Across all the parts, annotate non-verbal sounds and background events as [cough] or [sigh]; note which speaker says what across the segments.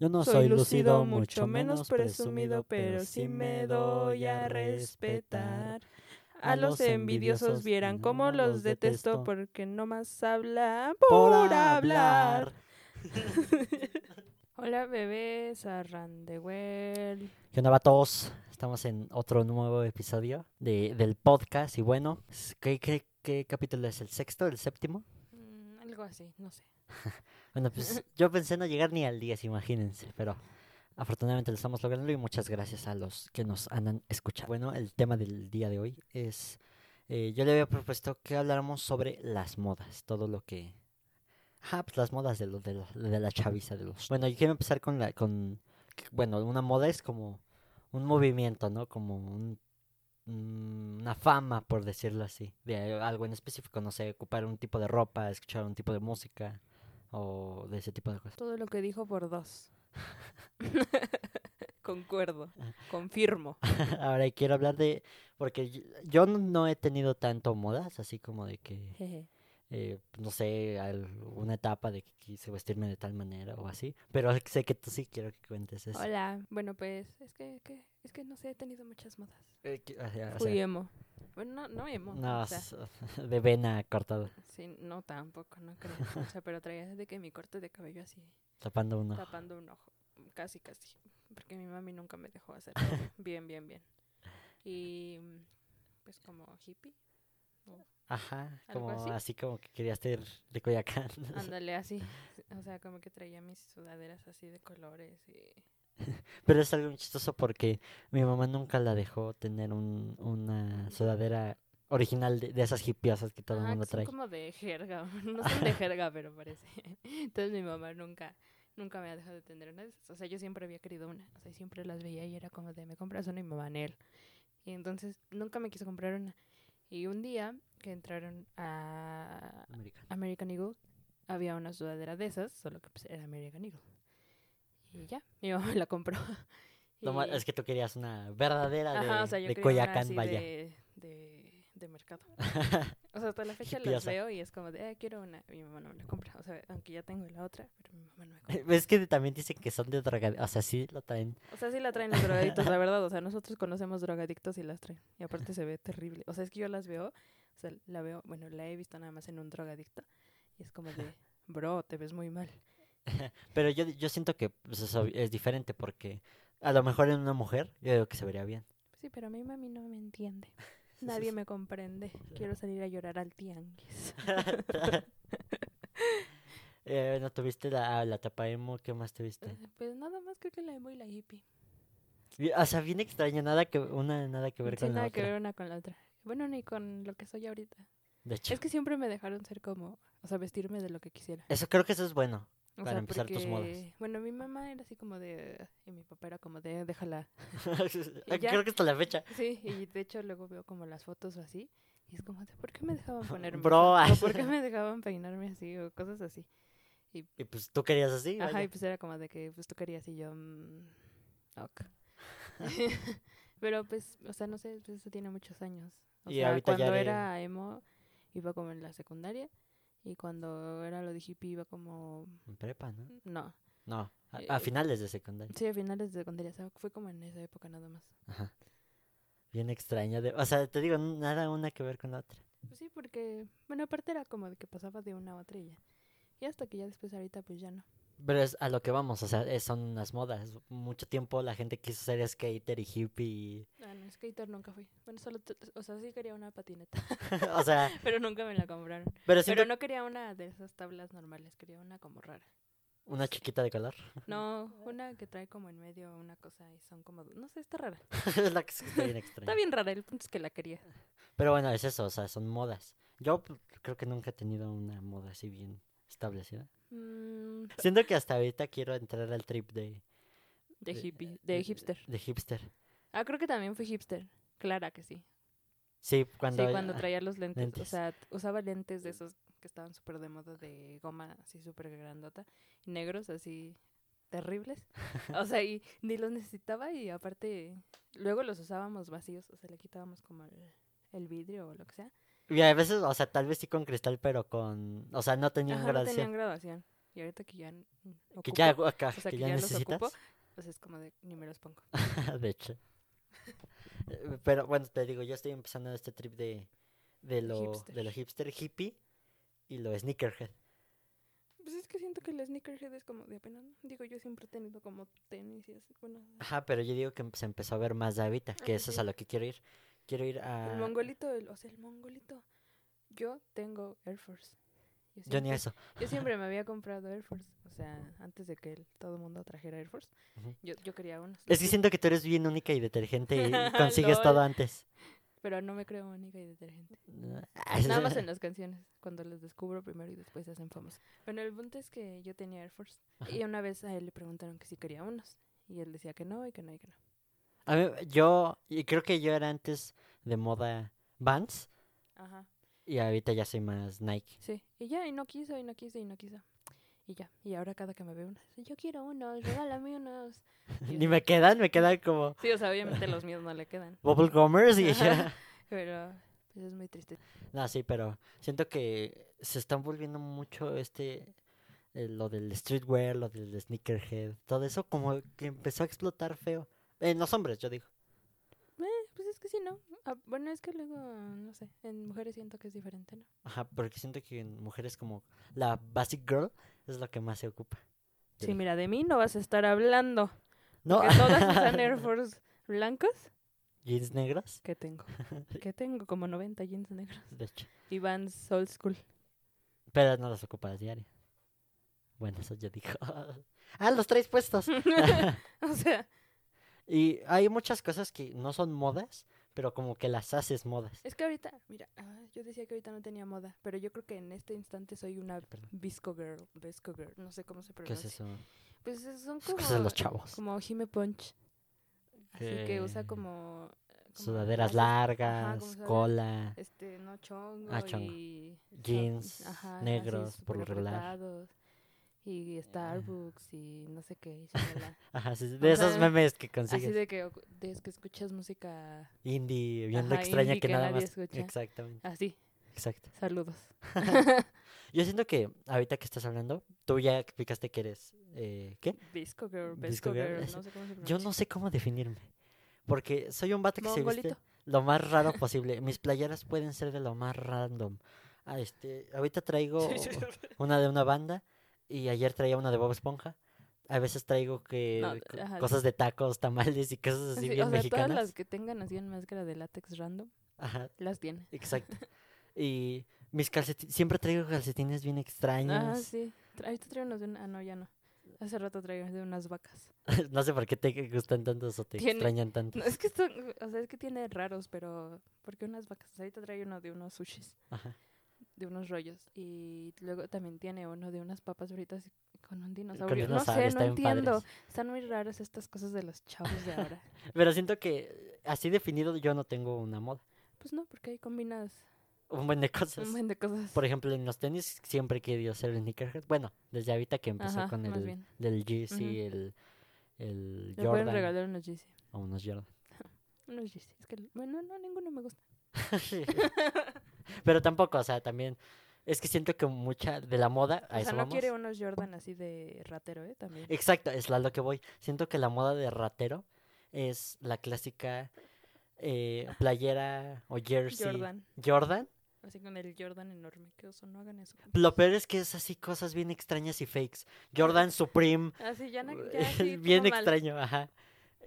Speaker 1: Yo no
Speaker 2: Soy lucido, mucho menos presumido, pero sí me doy a respetar. A los envidiosos vieran cómo los detesto porque no más hablan por hablar. Hola bebés, Arrandewell.
Speaker 1: ¿Qué onda, vatos? Estamos en otro nuevo episodio de, del podcast. Y bueno, ¿qué, qué, qué capítulo es? ¿El sexto? ¿El séptimo?
Speaker 2: Mm, algo así, no sé.
Speaker 1: Bueno, pues yo pensé no llegar ni al 10, imagínense, pero afortunadamente lo estamos logrando y muchas gracias a los que nos han escuchado. Bueno, el tema del día de hoy es, eh, yo le había propuesto que habláramos sobre las modas, todo lo que... Ah, pues las modas de, lo, de, la, de la chaviza de los... Bueno, yo quiero empezar con la... con Bueno, una moda es como un movimiento, ¿no? Como un una fama, por decirlo así, de algo en específico, no sé, ocupar un tipo de ropa, escuchar un tipo de música o de ese tipo de
Speaker 2: [laughs]
Speaker 1: cosas.
Speaker 2: Todo lo que dijo por dos. [laughs] Concuerdo, confirmo.
Speaker 1: Ahora quiero hablar de, porque yo- yo no- no he tenido tanto modas, así como de que,
Speaker 2: Jeje.
Speaker 1: eh, no sé, al- una etapa de que quise vestirme de tal manera o así, pero [laughs] sé que tú sí quiero que cuentes eso.
Speaker 2: Hola, bueno pues es que, que- es que no sé, he tenido muchas modas.
Speaker 1: Eh, que- o sea, o
Speaker 2: Fui
Speaker 1: sea,
Speaker 2: emo. Bueno, no, Ah, no emo.
Speaker 1: no,
Speaker 2: o sea,
Speaker 1: s- [laughs] de vena cortada,
Speaker 2: sí, no tampoco, no creo. O sea, pero traía de que mi corte de cabello así,
Speaker 1: tapando uno.
Speaker 2: tapando un ojo. Casi, casi. Porque mi mami nunca me dejó hacer bien, bien, bien. Y pues como hippie,
Speaker 1: Ajá,
Speaker 2: ¿Algo
Speaker 1: como así?
Speaker 2: así?
Speaker 1: como que querías ser de [laughs] Coyacán.
Speaker 2: ándale así. O sea, como que traía mis sudaderas así de colores y...
Speaker 1: Pero es algo muy chistoso porque mi mamá nunca la dejó tener un, una sudadera original de, de esas hippiasas que todo el
Speaker 2: Ajá,
Speaker 1: mundo
Speaker 2: Ah, que son
Speaker 1: trae.
Speaker 2: como de jerga, [laughs] no son
Speaker 1: [laughs]
Speaker 2: de jerga, pero parece. Entonces mi mamá nunca, nunca me ha dejado de tener una de esas. O sea, yo siempre había querido una. O sea, siempre las veía y era como de, me compras una y mamá en él. Y entonces nunca me quiso comprar una. Y un día que entraron a
Speaker 1: Americano.
Speaker 2: American Eagle, había una sudadera de esas, solo que pues, era American Eagle. Y ya, mi mamá [laughs] la compró.
Speaker 1: Lo ma-
Speaker 2: Y-
Speaker 1: es que tú querías una verdadera de,
Speaker 2: Ajá, o sea, yo
Speaker 1: de
Speaker 2: quería una
Speaker 1: Coyoacán,
Speaker 2: así
Speaker 1: vaya.
Speaker 2: De, de,
Speaker 1: [laughs]
Speaker 2: de mercado. o sea, hasta la fecha las
Speaker 1: Hippiosa.
Speaker 2: veo y es como de, "Ah, quiero una. Mi mamá no me la compra. O sea, aunque ya tengo la otra, pero mi mamá no me compra.
Speaker 1: [laughs] Es que también dicen que son de droga, o sea, sí lo traen.
Speaker 2: O sea, sí la traen los drogadictos, la verdad. O sea, nosotros conocemos drogadictos y las traen. Y aparte se ve terrible. O sea, es que yo las veo, o sea, la veo, bueno, la he visto nada más en un drogadicto. Y es como de, bro, te ves muy mal.
Speaker 1: Pero yo, yo siento que pues, eso es diferente porque a lo mejor en una mujer yo digo que se vería bien.
Speaker 2: Sí, pero mi mami no me
Speaker 1: [laughs]
Speaker 2: entiende. Nadie me comprende. Quiero salir a llorar
Speaker 1: [laughs]
Speaker 2: al tianguis.
Speaker 1: Eh, ¿No tuviste la, la tapa emo? ¿Qué más tuviste?
Speaker 2: Pues nada más creo que la emo y la hippie.
Speaker 1: Y, O sea, bien extraño, nada que, una nada que ver
Speaker 2: Sí,
Speaker 1: con la
Speaker 2: nada
Speaker 1: otra.
Speaker 2: que ver una con la otra. Bueno, ni con lo que soy ahorita.
Speaker 1: De hecho,
Speaker 2: Es que siempre me dejaron ser como, o sea, vestirme de lo que quisiera.
Speaker 1: eso creo que eso es bueno. [laughs]
Speaker 2: O
Speaker 1: Para
Speaker 2: sea,
Speaker 1: empezar tus modas.
Speaker 2: porque, Bueno, mi mamá era así como de, y mi papá era como de, déjala.
Speaker 1: Ah,
Speaker 2: ya.
Speaker 1: Creo que hasta la fecha.
Speaker 2: Sí, y de hecho luego veo como las fotos o así, y es como de, ¿por qué me
Speaker 1: [laughs]
Speaker 2: dejaban ponerme?
Speaker 1: Bro,
Speaker 2: así? O ¿por qué me dejaban peinarme así? O cosas así.
Speaker 1: Y pues tú querías así.
Speaker 2: Ajá,
Speaker 1: vaya.
Speaker 2: y pues era como de que, pues tú querías y yo, mm,
Speaker 1: [laughs]
Speaker 2: ok. [laughs] Pero pues, o sea, no sé, pues eso tiene muchos años. O
Speaker 1: Y
Speaker 2: sea,
Speaker 1: ahorita ya
Speaker 2: cuando
Speaker 1: de-
Speaker 2: era emo iba como en la secundaria y cuando era lo de hippie iba como,
Speaker 1: En prepa, ¿no?
Speaker 2: no,
Speaker 1: No, a,
Speaker 2: Eh,
Speaker 1: a finales de secundaria.
Speaker 2: sí, a finales de secundaria, o sea, fue como en esa época nada más.
Speaker 1: Ajá. Bien extraña. de- o sea, te digo, n- nada una que ver con la otra.
Speaker 2: Pues sí, porque, bueno, aparte era como de que pasaba de una a otra y ya. Y hasta que ya después ahorita pues ya no.
Speaker 1: Pero es a lo que vamos, o sea, es- son unas modas. Mucho tiempo la gente quiso ser skater y hippie. y- [laughs]
Speaker 2: Ah, no, skater nunca fui. Bueno, solo, t- o sea, sí quería una patineta, [laughs]
Speaker 1: o sea,
Speaker 2: pero nunca me la compraron.
Speaker 1: pero siento
Speaker 2: Pero no quería una de esas tablas normales, quería una como rara.
Speaker 1: una chiquita de color. [laughs]
Speaker 2: No, una que trae como en medio una cosa y son como, no sé, está rara.
Speaker 1: la que sí está bien extraña.
Speaker 2: Está bien rara, el punto es que la quería.
Speaker 1: Pero bueno, es eso, o sea, son modas. Yo pues, creo que nunca he tenido una moda así bien establecida.
Speaker 2: Mm,
Speaker 1: Siento que hasta ahorita quiero entrar al trip de, De-
Speaker 2: de hippie, de hipster.
Speaker 1: de hipster.
Speaker 2: Ah, creo que también fui hipster. Clara que sí.
Speaker 1: Sí, cuando,
Speaker 2: sí, cuando
Speaker 1: ah,
Speaker 2: traía los lentes, O
Speaker 1: lentes.
Speaker 2: sea, t- usaba lentes de esos que estaban súper de moda, de goma así súper grandota, y negros así terribles.
Speaker 1: [laughs]
Speaker 2: O sea, y ni los necesitaba y aparte luego los usábamos vacíos, o sea, le quitábamos como el, el vidrio o lo que sea.
Speaker 1: Y a veces, o sea, tal vez sí con cristal, pero con... O sea, no tenían
Speaker 2: Ajá, no
Speaker 1: gracia.
Speaker 2: tenían graduación. Y ahorita que ya. n-
Speaker 1: Que
Speaker 2: ocupo,
Speaker 1: ya, acá,
Speaker 2: o sea,
Speaker 1: que ya
Speaker 2: los
Speaker 1: necesitas.
Speaker 2: ocupo, pues es como de ni me los pongo.
Speaker 1: [laughs] de hecho. Eh, Pero bueno, te digo, yo estoy empezando este trip de, de, lo, de lo hipster hippie y lo sneakerhead.
Speaker 2: Pues es que siento que la sneakerhead es como de apenas. ¿no? Digo, yo siempre he tenido como tenis y así. Bueno,
Speaker 1: Ajá, pero yo digo que se empezó a ver más de ahorita, que
Speaker 2: Ah,
Speaker 1: eso es
Speaker 2: sí.
Speaker 1: a lo que quiero ir. Quiero ir a...
Speaker 2: el mongolito, el- o sea, el mongolito. Yo tengo Air Force.
Speaker 1: Yo ni
Speaker 2: siempre-
Speaker 1: eso.
Speaker 2: Yo
Speaker 1: [laughs]
Speaker 2: siempre me había comprado Air Force. O sea, antes de que el- todo el mundo trajera Air Force,
Speaker 1: Ujú.
Speaker 2: yo, yo quería unos.
Speaker 1: Es que siento que tú eres bien única y detergente y-
Speaker 2: [laughs]
Speaker 1: y consigues
Speaker 2: Lol.
Speaker 1: todo antes.
Speaker 2: Pero no me creo única y detergente. Nada
Speaker 1: [laughs] Nada
Speaker 2: más en las canciones, cuando las descubro primero y después se hacen famosas. Bueno, el punto es que yo tenía Air Force. Y una vez a él le preguntaron que si quería unos. Y él decía que no, y que no, y que no.
Speaker 1: A mí, yo, y creo que yo era antes de moda Vans
Speaker 2: Ajá.
Speaker 1: y ahorita ya soy más Nike. [laughs]
Speaker 2: Sí. Y ya, y no quiso, y no quiso, y no quiso. Y ya. Y ahora cada que me veo unos, yo quiero unos,
Speaker 1: [laughs]
Speaker 2: regálame unos. Y yo
Speaker 1: Ni
Speaker 2: de-
Speaker 1: me quedan, me quedan como
Speaker 2: [laughs] Sí, o sea, obviamente los míos no le
Speaker 1: [laughs]
Speaker 2: quedan.
Speaker 1: bubblegummers y
Speaker 2: Ajá.
Speaker 1: ya.
Speaker 2: [laughs] Pero pues es muy triste.
Speaker 1: [laughs] No, sí, pero siento que se están volviendo mucho este eh, lo del streetwear, lo del sneakerhead, todo eso como que empezó a explotar feo. En los hombres, yo digo.
Speaker 2: Pues es que sí, ¿no? Ah, bueno, es que luego, no sé, en mujeres siento que es diferente, ¿no?
Speaker 1: Ajá, porque siento que en mujeres como la basic girl es lo que más se ocupa.
Speaker 2: Sí,
Speaker 1: Sí.
Speaker 2: mira, de mí no vas a estar hablando.
Speaker 1: No,
Speaker 2: Que todas
Speaker 1: [laughs]
Speaker 2: usan Air Force blancos.
Speaker 1: jeans negras, [laughs]
Speaker 2: que tengo? que tengo? Como 90 jeans negros.
Speaker 1: de hecho.
Speaker 2: Y Vans
Speaker 1: [laughs]
Speaker 2: old school.
Speaker 1: Pero no las ocupas diario. Bueno, eso ya dijo. [laughs] ah, los traes
Speaker 2: [laughs]
Speaker 1: puestos.
Speaker 2: o sea,
Speaker 1: y hay muchas cosas que no son modas, pero como que las haces modas.
Speaker 2: es que ahorita, mira, ah, yo decía que ahorita no tenía moda, pero yo creo que en este instante soy una
Speaker 1: Perdón.
Speaker 2: visco girl, visco girl, no sé cómo se
Speaker 1: ¿Qué
Speaker 2: pronuncia.
Speaker 1: es eso?
Speaker 2: Pues es- son
Speaker 1: Es
Speaker 2: como...
Speaker 1: cosa de los chavos.
Speaker 2: Como Jime Punch. Así que usa
Speaker 1: Ok.
Speaker 2: como... eh, como
Speaker 1: Sudaderas
Speaker 2: brazos, ajá,
Speaker 1: largas,
Speaker 2: como sudaderas,
Speaker 1: cola,
Speaker 2: Este, no, chongo
Speaker 1: Ah, chongo.
Speaker 2: y... so-
Speaker 1: jeans
Speaker 2: ajá, así,
Speaker 1: negros, por lo
Speaker 2: súper
Speaker 1: regular.
Speaker 2: apretados, Y Starbucks y no sé qué. y
Speaker 1: [laughs]
Speaker 2: shalala.
Speaker 1: Ajá, sí,
Speaker 2: O
Speaker 1: de esos
Speaker 2: sea,
Speaker 1: memes que
Speaker 2: Así
Speaker 1: consigues.
Speaker 2: de que, ocu- de que escuchas música
Speaker 1: Indie, bien
Speaker 2: Ajá,
Speaker 1: extraña
Speaker 2: indie
Speaker 1: que
Speaker 2: que
Speaker 1: nada
Speaker 2: nadie
Speaker 1: más.
Speaker 2: escucha.
Speaker 1: Exactamente,
Speaker 2: así.
Speaker 1: exacto.
Speaker 2: Saludos.
Speaker 1: Yo siento que ahorita que estás hablando, tú ya explicaste que eres. Eh, ¿Qué?
Speaker 2: Disco girl,
Speaker 1: Disco
Speaker 2: disco
Speaker 1: girl,
Speaker 2: girl,
Speaker 1: es-
Speaker 2: no sé cómo se
Speaker 1: Yo
Speaker 2: pronuncia.
Speaker 1: no sé cómo definirme. Porque soy un vato que se
Speaker 2: Mongolito.
Speaker 1: viste lo más
Speaker 2: [laughs]
Speaker 1: raro posible. Mis playeras pueden ser de lo más random. Ah, este, ahorita
Speaker 2: [laughs]
Speaker 1: traigo [laughs] una de una banda y ayer traía una de Bob Esponja. A veces traigo que
Speaker 2: No,
Speaker 1: co-
Speaker 2: ajá,
Speaker 1: cosas de tacos, tamales y cosas así
Speaker 2: Así,
Speaker 1: bien
Speaker 2: o sea,
Speaker 1: mexicanas.
Speaker 2: todas las que tengan así en máscara de látex random,
Speaker 1: Ajá,
Speaker 2: las tiene. [laughs]
Speaker 1: exacto. Y mis calcetines, siempre traigo calcetines bien
Speaker 2: Ah,
Speaker 1: extraños.
Speaker 2: sí. Tra- Ahorita traigo unos de una... Ah, no, ya no. Hace rato traigo de unas vacas. [laughs]
Speaker 1: [laughs] no sé por qué te gustan tantos o te
Speaker 2: Tiene-
Speaker 1: extrañan tanto.
Speaker 2: No, es que esto, o sea, es que tiene raros, pero ¿por qué unas vacas? Ahorita trae uno de unos sushis,
Speaker 1: Ajá.
Speaker 2: de unos rollos, y luego también tiene uno de unas papas fritas con un dinosaurio.
Speaker 1: Con
Speaker 2: no sé,
Speaker 1: dinosaurios,
Speaker 2: no
Speaker 1: están bien padres.
Speaker 2: entiendo. Están muy raras estas cosas de los chavos
Speaker 1: [laughs]
Speaker 2: de ahora.
Speaker 1: Pero siento que así definido yo no tengo una moda.
Speaker 2: Pues no, porque ahí combinas
Speaker 1: Un buen de cosas.
Speaker 2: un buen de cosas.
Speaker 1: Por ejemplo, en los tenis siempre he querido ser el sneakerhead. Bueno, desde ahorita que empezó
Speaker 2: Ajá,
Speaker 1: con
Speaker 2: más
Speaker 1: el
Speaker 2: bien.
Speaker 1: del Yeezy,
Speaker 2: Ujú.
Speaker 1: el, el
Speaker 2: Le pueden
Speaker 1: Jordan.
Speaker 2: regalar unos Yeezy.
Speaker 1: O unos
Speaker 2: [laughs]
Speaker 1: Jordan. [laughs]
Speaker 2: Unos Yeezy. Es que, bueno, no, ninguno me gusta.
Speaker 1: Pero tampoco, o sea, también. Es que siento que mucha de la moda. A
Speaker 2: o sea,
Speaker 1: eso
Speaker 2: no
Speaker 1: vamos.
Speaker 2: quiere unos Jordan así de ratero, ¿eh? También.
Speaker 1: Exacto, es a lo que voy. Siento que la moda de ratero es la clásica eh, playera o jersey.
Speaker 2: Jordan.
Speaker 1: Jordan.
Speaker 2: Así con el Jordan enorme. Que oso, no hagan eso.
Speaker 1: Lo peor es que es así cosas bien extrañas y fakes.
Speaker 2: [laughs]
Speaker 1: Jordan Supreme.
Speaker 2: Así
Speaker 1: [laughs]
Speaker 2: Ah, ya, na- ya
Speaker 1: Es
Speaker 2: así,
Speaker 1: bien
Speaker 2: todo mal.
Speaker 1: extraño, ajá.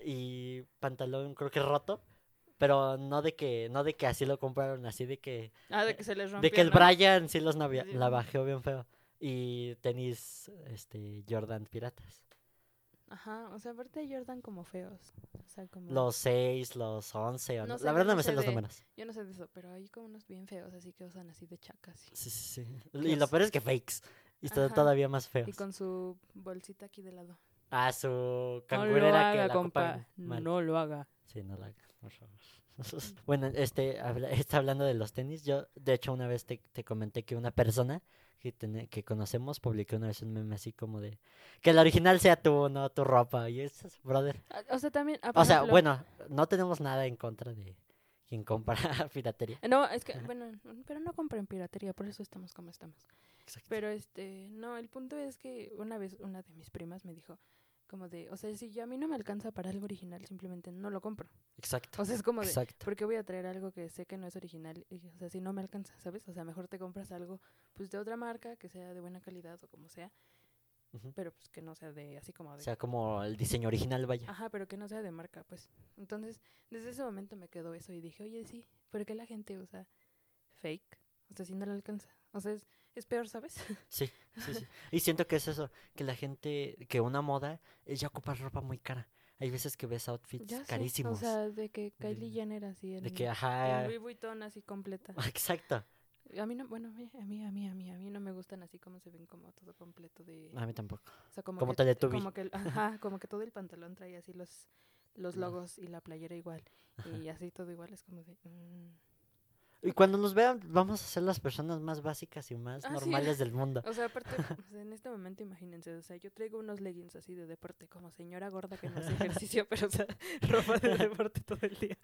Speaker 1: Y pantalón creo que roto, pero no de que no de que así lo compraron, así de que
Speaker 2: Ah, de que se les rompió.
Speaker 1: de que el
Speaker 2: ¿no?
Speaker 1: Brian sí los navia-
Speaker 2: Sí.
Speaker 1: navajeó bien feo y tenis este Jordan piratas.
Speaker 2: Ajá, o sea, aparte hay Jordan como feos. O sea, como...
Speaker 1: Los 6, los 11,
Speaker 2: No sé,
Speaker 1: la
Speaker 2: yo
Speaker 1: verdad no
Speaker 2: no
Speaker 1: me
Speaker 2: sé
Speaker 1: sé los
Speaker 2: de-
Speaker 1: números.
Speaker 2: Yo no sé de eso, pero hay como unos bien feos, así que usan así de chacas. Y,
Speaker 1: Sí, sí, sí. Y lo
Speaker 2: oso.
Speaker 1: peor es que fakes. Y están
Speaker 2: Ajá.
Speaker 1: todavía más
Speaker 2: y
Speaker 1: feos.
Speaker 2: con su bolsita aquí de lado.
Speaker 1: Ah, su
Speaker 2: no lo
Speaker 1: cangurera que
Speaker 2: haga,
Speaker 1: la
Speaker 2: compa.
Speaker 1: ocupan mal.
Speaker 2: No lo haga.
Speaker 1: Sí, no la hagan, por favor. [laughs] bueno, este, habla- está hablando de los tenis. Yo, de hecho, una vez te, te comenté que una persona que, tene- que conocemos publicó una vez un meme así como de que el original sea tu, no tu ropa. Y eso es, brother.
Speaker 2: Ah, O sea, también... ah, por
Speaker 1: O sea,
Speaker 2: ejemplo-
Speaker 1: bueno, no tenemos nada en contra de quien compra [laughs] piratería.
Speaker 2: No, es que, bueno, pero no compren piratería, por eso estamos como estamos.
Speaker 1: exacto.
Speaker 2: Pero este, no, el punto es que una vez una de mis primas me dijo como de, o sea, si yo a mí no me alcanza para algo original, simplemente no lo compro.
Speaker 1: exacto.
Speaker 2: O sea, es como de,
Speaker 1: exacto.
Speaker 2: ¿por qué voy a traer algo que sé que no es original? Y, o sea, si no me alcanza, ¿sabes? O sea, mejor te compras algo pues de otra marca que sea de buena calidad o como sea,
Speaker 1: Ujú.
Speaker 2: pero pues que no sea de así como
Speaker 1: O
Speaker 2: de
Speaker 1: sea, como el diseño original, vaya.
Speaker 2: Ajá, pero que no sea de marca, pues. Entonces, desde ese momento me quedó eso y dije, oye, sí, ¿por qué la gente usa fake? O sea, si no le alcanza. O sea, es, es peor, ¿sabes? [laughs]
Speaker 1: Sí, sí, sí. Y siento que es eso, que la gente, que una moda es ya ocupar ropa muy cara. Hay veces que ves outfits
Speaker 2: Ya sé,
Speaker 1: carísimos.
Speaker 2: O sea, de que Kylie
Speaker 1: Del-
Speaker 2: Jenner así en,
Speaker 1: de que, ah.
Speaker 2: en
Speaker 1: ajá,
Speaker 2: Louis Vuitton así completa.
Speaker 1: [laughs] exacto.
Speaker 2: A mí no, bueno, a mí, a mí, a mí, a mí, a mí no me gustan así como se ven como todo completo de...
Speaker 1: A mí tampoco.
Speaker 2: o sea, como,
Speaker 1: como
Speaker 2: que,
Speaker 1: Teletubby.
Speaker 2: como que, el- ajá, como que todo el pantalón trae así los,
Speaker 1: Los-
Speaker 2: los logos y la playera igual. Y así todo igual, es como de... mm.
Speaker 1: Y cuando nos vean, vamos a ser las personas más básicas y más
Speaker 2: Ah, sí.
Speaker 1: normales del
Speaker 2: [laughs]
Speaker 1: mundo.
Speaker 2: O
Speaker 1: [laughs]
Speaker 2: sea, aparte, o sea, en este momento imagínense, o sea, yo traigo unos leggings así de deporte, como señora gorda que no hace ejercicio, pero o sea,
Speaker 1: [laughs]
Speaker 2: ropa de deporte todo el día.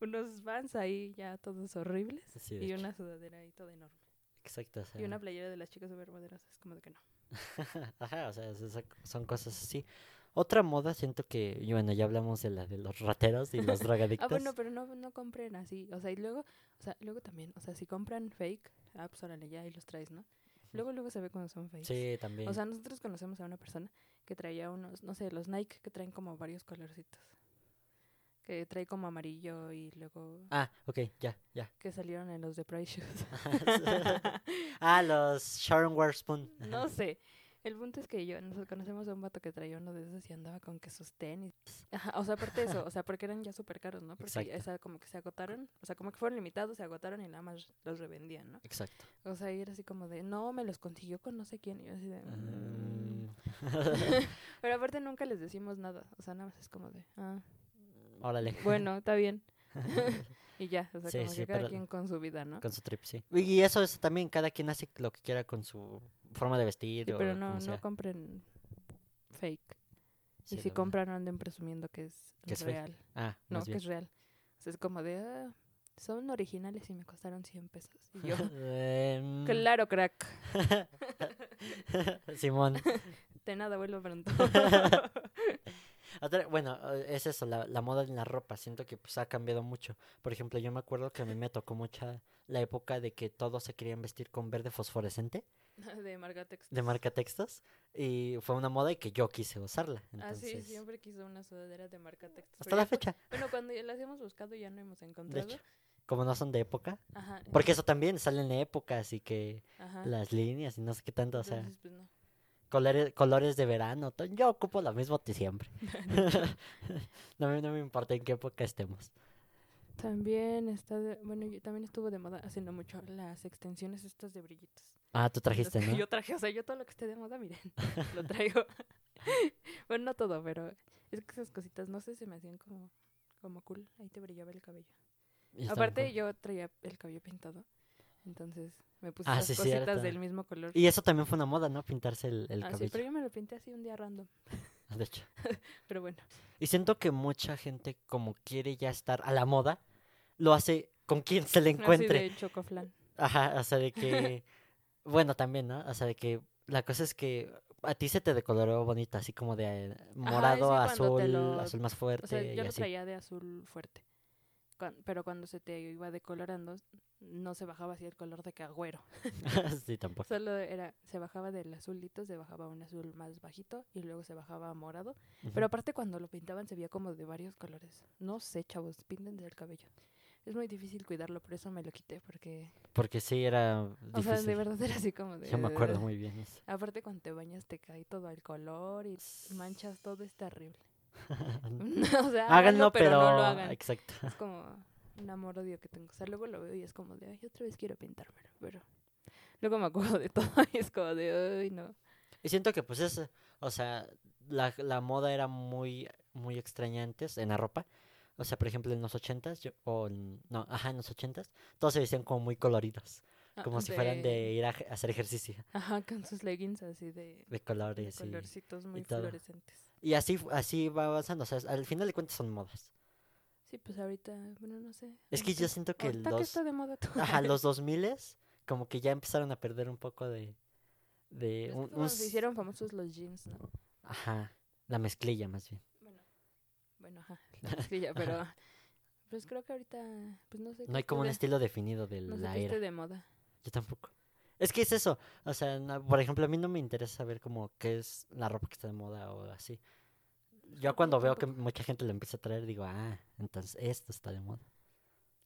Speaker 2: unos vans ahí ya todos horribles
Speaker 1: Sí, de
Speaker 2: y
Speaker 1: hecho.
Speaker 2: una sudadera ahí toda enorme.
Speaker 1: Exacto. o sea,
Speaker 2: Y una playera de las chicas supermoderosas, como de que no.
Speaker 1: [laughs] Ajá, o sea, es- es- son cosas así. Otra moda, siento que, y bueno, ya hablamos de la de los rateros y los drogadictos.
Speaker 2: [laughs] Ah, bueno, pero no, no compren así, o sea, y luego, o sea, luego también, o sea, si compran fake, ah, pues órale, ya, y los traes, ¿no? Luego, luego se ve cuando son fake.
Speaker 1: Sí, también.
Speaker 2: O sea, nosotros conocemos a una persona que traía unos, no sé, los Nike que traen como varios colorcitos. Que trae como amarillo y luego
Speaker 1: Ah, ok, ya, ya.
Speaker 2: que salieron en los de Price Shoes.
Speaker 1: [laughs] ah, los Sharon Warspoon.
Speaker 2: no sé. El punto es que yo, nosotros conocemos a un vato que traía uno de esos y andaba con que sus tenis. Ajá, o sea, aparte de eso, o sea, porque eran ya súper caros, ¿no? Porque
Speaker 1: Exacto.
Speaker 2: esa como que se agotaron, o sea, como que fueron limitados, se agotaron y nada más los revendían, ¿no?
Speaker 1: Exacto.
Speaker 2: O sea, y era así como de, no, me los consiguió con no sé quién. Y yo así de, "Mm".
Speaker 1: Mm,
Speaker 2: [laughs] Pero aparte nunca les decimos nada, o sea, nada más es como de, ah,
Speaker 1: Órale.
Speaker 2: Bueno, está bien. [laughs] y ya, o sea,
Speaker 1: Sí,
Speaker 2: como
Speaker 1: sí,
Speaker 2: que cada
Speaker 1: pero-
Speaker 2: quien con su vida, ¿no?
Speaker 1: Con su trip, sí. Y eso es también, cada quien hace lo que quiera con su forma de vestir.
Speaker 2: Sí,
Speaker 1: o
Speaker 2: pero
Speaker 1: como
Speaker 2: no,
Speaker 1: sea.
Speaker 2: no compren fake.
Speaker 1: Sí,
Speaker 2: y si
Speaker 1: la verdad.
Speaker 2: compran, no anden presumiendo que es,
Speaker 1: Que es fake.
Speaker 2: real.
Speaker 1: Ah,
Speaker 2: No,
Speaker 1: más
Speaker 2: que
Speaker 1: bien.
Speaker 2: [laughs] es real. O sea, es como de, ah, son originales y me costaron 100 pesos. Y
Speaker 1: [laughs]
Speaker 2: yo,
Speaker 1: Em,
Speaker 2: claro, crack. [laughs]
Speaker 1: Simón.
Speaker 2: De nada, vuelvo
Speaker 1: [laughs]
Speaker 2: pronto. [laughs]
Speaker 1: Otra- bueno, eh, es eso, la, la moda en la ropa. Siento que pues, ha cambiado mucho. Por ejemplo, yo me acuerdo que a mí me tocó mucha la época de que todos se querían vestir con verde fosforescente
Speaker 2: de Margatex.
Speaker 1: de marca Textos. Y fue una moda y que yo quise usarla.
Speaker 2: Ah, sí,
Speaker 1: entonces,
Speaker 2: siempre quiso una sudadera de marca Texas.
Speaker 1: Hasta la fecha.
Speaker 2: Bueno, cuando ya las hemos buscado ya no hemos encontrado.
Speaker 1: hecho. Como no son de época.
Speaker 2: Ajá.
Speaker 1: Porque eso también salen de época, así que
Speaker 2: Ajá.
Speaker 1: las líneas y no sé qué tanto. O sea,
Speaker 2: Ah. Entonces, pues, no.
Speaker 1: colores, colores de verano. to- Yo ocupo lo mismo de
Speaker 2: [laughs]
Speaker 1: siempre. [laughs] no, me- no me importa en qué época estemos.
Speaker 2: También está de- bueno, yo también estuvo de moda hace no mucho las extensiones estas de brillitos.
Speaker 1: Ah, tú
Speaker 2: Las
Speaker 1: trajiste,
Speaker 2: que
Speaker 1: ¿no?
Speaker 2: Yo traje, o sea, yo todo lo que esté de moda, [laughs] miren, lo traigo. [laughs] bueno, no todo, pero es que esas cositas, no sé, se me hacían como, como cool. Ahí te brillaba el cabello.
Speaker 1: Y está muy
Speaker 2: Aparte,
Speaker 1: cool.
Speaker 2: yo traía el cabello pintado. Entonces, me puse
Speaker 1: Ah,
Speaker 2: esas
Speaker 1: sí,
Speaker 2: cositas
Speaker 1: cierto.
Speaker 2: del mismo color.
Speaker 1: Y eso también fue una moda, ¿no? Pintarse el, el
Speaker 2: Ah, sí,
Speaker 1: cabello.
Speaker 2: pero yo me lo pinté así un día random.
Speaker 1: De hecho.
Speaker 2: Pero bueno,
Speaker 1: Y siento que mucha gente, como quiere ya estar a la moda, lo hace con quien se le encuentre.
Speaker 2: [laughs] así de chocoflan.
Speaker 1: Ajá, o sea, de
Speaker 2: [laughs]
Speaker 1: que. bueno, también, ¿no? O sea, de que la cosa es que a ti se te decoloró bonita, así como de eh, morado,
Speaker 2: es que cuando te
Speaker 1: azul,
Speaker 2: lo-
Speaker 1: azul más
Speaker 2: O
Speaker 1: fuerte
Speaker 2: sea,
Speaker 1: y
Speaker 2: yo lo
Speaker 1: así.
Speaker 2: traía de azul fuerte. Cuan- pero cuando se te iba decolorando, no se bajaba así el color de cagüero.
Speaker 1: [laughs] sí, tampoco.
Speaker 2: Solo era, se bajaba del azulito, se bajaba a un azul más bajito y luego se bajaba a morado.
Speaker 1: Ujú.
Speaker 2: Pero aparte cuando lo pintaban se veía como de varios colores. No sé, chavos, píntense el cabello. Es muy difícil cuidarlo, por eso me lo quité, porque...
Speaker 1: Porque sí, era
Speaker 2: O sea, de
Speaker 1: difícil.
Speaker 2: verdad eh, era así como de...
Speaker 1: Yo me acuerdo muy bien. eso.
Speaker 2: [laughs] Aparte cuando te bañas te cae todo el color y manchas todo,
Speaker 1: [laughs]
Speaker 2: es terrible. [laughs] o sea,
Speaker 1: Háganlo, pero.
Speaker 2: no lo hagan.
Speaker 1: Exacto. [laughs]
Speaker 2: Es como un amor-odio que tengo. O sea, luego lo veo y es como de, ay, otra vez quiero pintármelo, pero... Luego me acuerdo de todo [laughs] y es como de, ay, no.
Speaker 1: Y siento que pues es, o sea, la, la moda era muy, muy extraña antes en la ropa. O sea, por ejemplo, en los ochentas, yo- o en- no, ajá, en los ochentas, todos se vestían como muy coloridos,
Speaker 2: Ah,
Speaker 1: como si fueran de ir a ej- a hacer ejercicio,
Speaker 2: Ajá, con sus leggings así de,
Speaker 1: de
Speaker 2: de
Speaker 1: colores. Y,
Speaker 2: colorcitos muy
Speaker 1: todo.
Speaker 2: fluorescentes.
Speaker 1: y así, fu- así va avanzando, o sea, al final de cuentas son modas.
Speaker 2: Sí, pues ahorita, bueno, no sé.
Speaker 1: Es que yo
Speaker 2: ahorita- [laughs]
Speaker 1: siento que
Speaker 2: ahorita que
Speaker 1: los,
Speaker 2: está de moda todo.
Speaker 1: ajá, los 2000 como que ya empezaron a perder un poco de, de
Speaker 2: Pues
Speaker 1: un-
Speaker 2: que fue cuando
Speaker 1: un-
Speaker 2: se hicieron famosos los jeans, ¿no?
Speaker 1: Ajá, la mezclilla más bien. [laughs]
Speaker 2: Bueno, ajá, la mezclilla, pero pues creo que ahorita, pues no sé.
Speaker 1: No hay
Speaker 2: qué
Speaker 1: como un
Speaker 2: esté-
Speaker 1: estilo definido de
Speaker 2: no sé
Speaker 1: la
Speaker 2: qué esté
Speaker 1: era.
Speaker 2: de moda.
Speaker 1: Yo tampoco. Es que es eso. O sea, no- por ejemplo, a mí no me interesa saber como qué es la ropa que está de moda o así. Yo
Speaker 2: yo
Speaker 1: cuando veo que mucha gente lo empieza a traer, digo, ah, entonces esto está de moda.